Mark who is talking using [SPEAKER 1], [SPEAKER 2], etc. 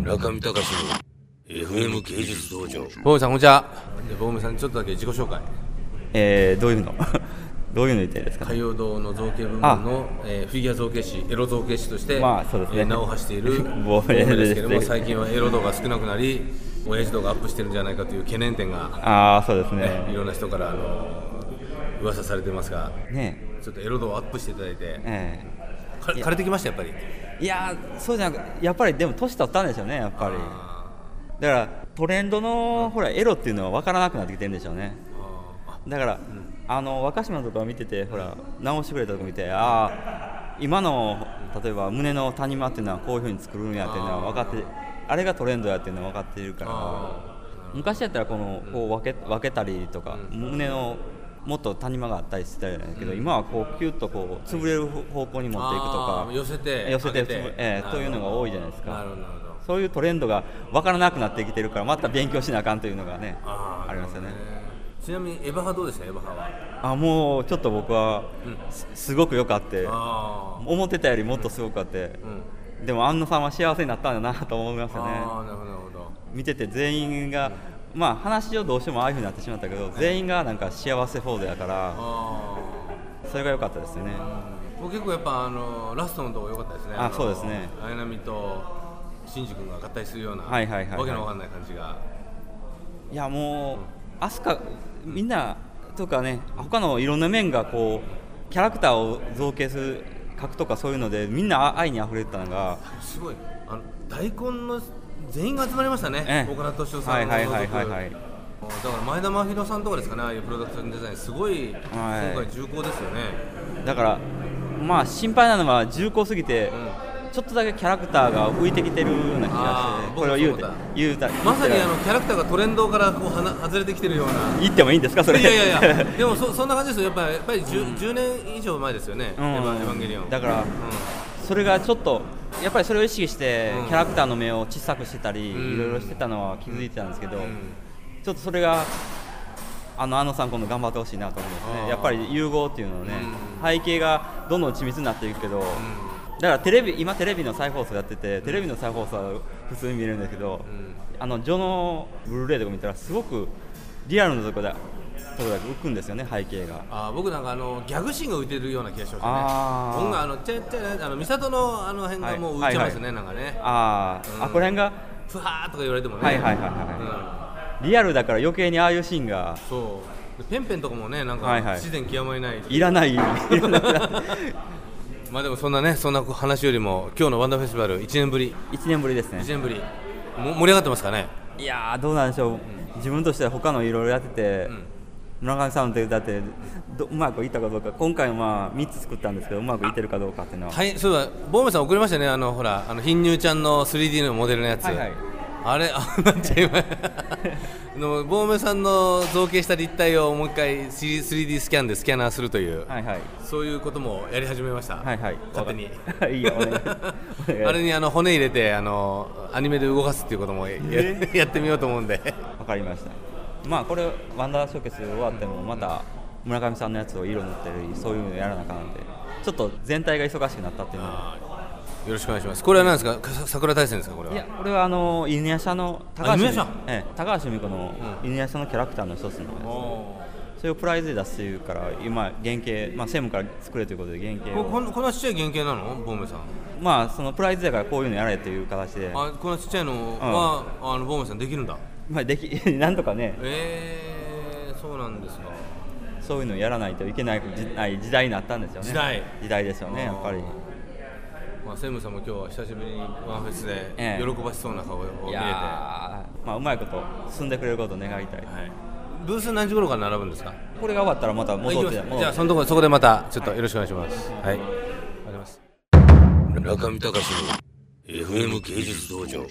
[SPEAKER 1] 村上隆の FM 芸術道場
[SPEAKER 2] ボムさんこんにちはじゃあボムさんちょっとだけ自己紹介
[SPEAKER 3] えー、どういうの どういうの言ってるんですか、
[SPEAKER 2] 海洋堂の造形部門の、えーフィギュア造形師エロ造形師として、
[SPEAKER 3] まあそうですね
[SPEAKER 2] えー名を馳してい るボ
[SPEAKER 3] ボム
[SPEAKER 2] ム
[SPEAKER 3] です
[SPEAKER 2] ですけども
[SPEAKER 3] ね
[SPEAKER 2] 最近はエロ度が少なくなり親父度がアップしてるんじゃないかという懸念点が
[SPEAKER 3] ああそうです
[SPEAKER 2] い
[SPEAKER 3] ね
[SPEAKER 2] ろんな人からあの噂されてますが
[SPEAKER 3] ね
[SPEAKER 2] ちょっとエロ度をアップしていただいて
[SPEAKER 3] え
[SPEAKER 2] か枯れてきましたやっぱり
[SPEAKER 3] えいやーそうじゃなくやっぱりでも年取ったんでしょうねやっぱりだからトレンドの、ほらエロっていうのは分からなくなってきてるんでしょうねだから、あの若島とか見ててほら直してくれたとこ見てああ今の例えば胸の谷間っていうのはこういうふうに作るんやっていうのは分かってあれがトレンドやっていうのは分かっているから昔やったらこのこう分け分けたりとか、胸のもっと谷間があったりしてたじゃないけど、今はこうキュッとこう潰れる方向に持っていくとか
[SPEAKER 2] あー寄せて
[SPEAKER 3] 寄せて
[SPEAKER 2] 上げて
[SPEAKER 3] ええというのが多いじゃないです
[SPEAKER 2] な
[SPEAKER 3] か
[SPEAKER 2] るほどなるほど
[SPEAKER 3] そういうトレンドが分からなくなってきてるからまた勉強しなあかんというのがねありますよね
[SPEAKER 2] ちなみにエバ派どうでしたエバ派は
[SPEAKER 3] あもうちょっと僕はす,、ごく良かって
[SPEAKER 2] ああ
[SPEAKER 3] 思ってたよりもっとすごくあって、
[SPEAKER 2] うん
[SPEAKER 3] でも安野さんは幸せになったんだなと思いますよね
[SPEAKER 2] ああなるほどなるほど
[SPEAKER 3] 見てて全員が、まあ話上どうしてもああいうふうになってしまったけど全員がなんか幸せフォードやから
[SPEAKER 2] あ
[SPEAKER 3] それが良かったですよね
[SPEAKER 2] あ僕結構やっぱあのラストのとこ良かったですね
[SPEAKER 3] あ
[SPEAKER 2] の
[SPEAKER 3] そうですね
[SPEAKER 2] 綾波と新次君が合体するような
[SPEAKER 3] はいはいはいはい
[SPEAKER 2] わけのわかんない感じが
[SPEAKER 3] いやもう飛鳥みんなとかね他のいろんな面がこうキャラクターを造形する格とかそういうのでみんな愛にあふれてたのが
[SPEAKER 2] すごいあの大根の全員が集まりましたね
[SPEAKER 3] ええ
[SPEAKER 2] 岡田敏夫さんの
[SPEAKER 3] はいはいはいはいはい
[SPEAKER 2] ご家族だから前田真宏さんとかですかねああいうプロダクションデザインすごい今
[SPEAKER 3] はい
[SPEAKER 2] 回重厚ですよね、
[SPEAKER 3] だからまあ心配なのは重厚すぎて、
[SPEAKER 2] うん
[SPEAKER 3] ちょっとだけキャラクターが浮いてきてるような気がし
[SPEAKER 2] あー
[SPEAKER 3] てこれを言うて
[SPEAKER 2] 僕もそうだ
[SPEAKER 3] 言うた
[SPEAKER 2] まさにあ
[SPEAKER 3] 言
[SPEAKER 2] の
[SPEAKER 3] っ
[SPEAKER 2] キャラクターがトレンドからこうはな外れてきてるような
[SPEAKER 3] 言ってもいいんですかそれ
[SPEAKER 2] いやいやいやでもそそんな感じですよやっぱやっぱり 10,、10年以上前ですよね、
[SPEAKER 3] うん
[SPEAKER 2] エヴァエヴァンゲリオン
[SPEAKER 3] だから
[SPEAKER 2] う
[SPEAKER 3] それがちょっとやっぱりそれを意識して、
[SPEAKER 2] うん
[SPEAKER 3] キャラクターの目を小さくしてたり、
[SPEAKER 2] うん
[SPEAKER 3] いろいろしてたのは気づいてたんですけど、
[SPEAKER 2] ん
[SPEAKER 3] ちょっとそれがあのあのさん今度頑張ってほしいなと思うんです
[SPEAKER 2] あー
[SPEAKER 3] ねやっぱり融合っていうのはね、
[SPEAKER 2] うん
[SPEAKER 3] 背景がどんどん緻密になっていくけど、
[SPEAKER 2] う
[SPEAKER 3] だからテレビ今テレビの再放送やっててテレビの再放送は普通に見れるんですけど、
[SPEAKER 2] ん
[SPEAKER 3] あの序のブルーレイとか見たらすごくリアルなとこだとこだけ浮くんですよね背景が。
[SPEAKER 2] あー僕なんかあのギャグシーンが浮いてるような気がしますね
[SPEAKER 3] あー
[SPEAKER 2] 音楽あのちゃちゃあの美里のあの辺がもう浮いちゃいますね、なんかね
[SPEAKER 3] あー、
[SPEAKER 2] うん
[SPEAKER 3] あこれ辺が
[SPEAKER 2] ふわーとか言われてもね
[SPEAKER 3] はいはいはいはリアルだから余計にああいうシーンが
[SPEAKER 2] うん、そうでペンペンとかもねなん
[SPEAKER 3] はいは
[SPEAKER 2] か
[SPEAKER 3] い
[SPEAKER 2] 自然極まりない、
[SPEAKER 3] いら ない。いらない
[SPEAKER 2] まあでもそんなねそんな話よりも今日のワンダーフェスティバル1年ぶり
[SPEAKER 3] 一年ぶりですね
[SPEAKER 2] 1。年ぶりも盛り上がってますかね
[SPEAKER 3] いやーどうなんでしょう。自分としては他のいろいろやってて、
[SPEAKER 2] ん
[SPEAKER 3] 村上さんってだってどうまくいったかどうか今回はまあ三つ作ったんですけどうまくいってるかどうかっていうのは。
[SPEAKER 2] はい、そうだ、ボーメさん送りましたね、あのほら、あの貧乳ちゃんの 3D のモデルのやつ。
[SPEAKER 3] はいはい
[SPEAKER 2] あれ、あ、なっちゃいま あの、ボーメさんの造形した立体をもう一回 3- 3D スキャンでスキャナーするという、
[SPEAKER 3] はいはい
[SPEAKER 2] そういうこともやり始めました。
[SPEAKER 3] はいはい
[SPEAKER 2] 勝手に。
[SPEAKER 3] わかいいよお願いお願い
[SPEAKER 2] あれにあの骨入れてあのアニメで動かすっていうこともや,、やってみようと思うんで
[SPEAKER 3] わかりました。まあこれワンダーショーケース終わってもまた村上さんのやつを色塗ったりそういうのやらなあかんのでちょっと全体が忙しくなったっていうのは。
[SPEAKER 2] よろしくお願いしますこれは何ですかかさ桜大戦ですかこれはい
[SPEAKER 3] や、これはあの犬屋社の高橋
[SPEAKER 2] 犬夜叉
[SPEAKER 3] ええ高橋美子の
[SPEAKER 2] うん
[SPEAKER 3] 犬屋社のキャラクターの一つなんです、
[SPEAKER 2] お
[SPEAKER 3] それをプライズで出すというから、今原型、まあ専務から作れということで原
[SPEAKER 2] ー
[SPEAKER 3] 型
[SPEAKER 2] ここ
[SPEAKER 3] を、
[SPEAKER 2] んこんなちっちゃい原型なのボーメさん
[SPEAKER 3] まあそのプライズだからこういうのやれという形で、
[SPEAKER 2] あこのちっちゃいのは、あのボーメさんできるんだ
[SPEAKER 3] まあでき なんとかね、
[SPEAKER 2] えー、そうなんですか
[SPEAKER 3] そういうのをやらないといけない時ない時代になったんですよね。
[SPEAKER 2] 時代
[SPEAKER 3] 時代ですよね、やっぱり。
[SPEAKER 2] まあ、専務さんも今日は久しぶりにワンフェスで
[SPEAKER 3] ええ
[SPEAKER 2] 喜ばしそうな顔を見えて、
[SPEAKER 3] いやーまあうまいこと進んでくれることを願いたい。
[SPEAKER 2] はい、ブース何時頃から並ぶんですか
[SPEAKER 3] これが終わったらまた戻って
[SPEAKER 2] あ行きます
[SPEAKER 3] 戻
[SPEAKER 2] じゃ
[SPEAKER 3] っ
[SPEAKER 2] あ
[SPEAKER 3] て
[SPEAKER 2] そのとこそこでまたちょっとよろしくお願いしますはい、あります
[SPEAKER 1] 村上隆の FM 芸術道場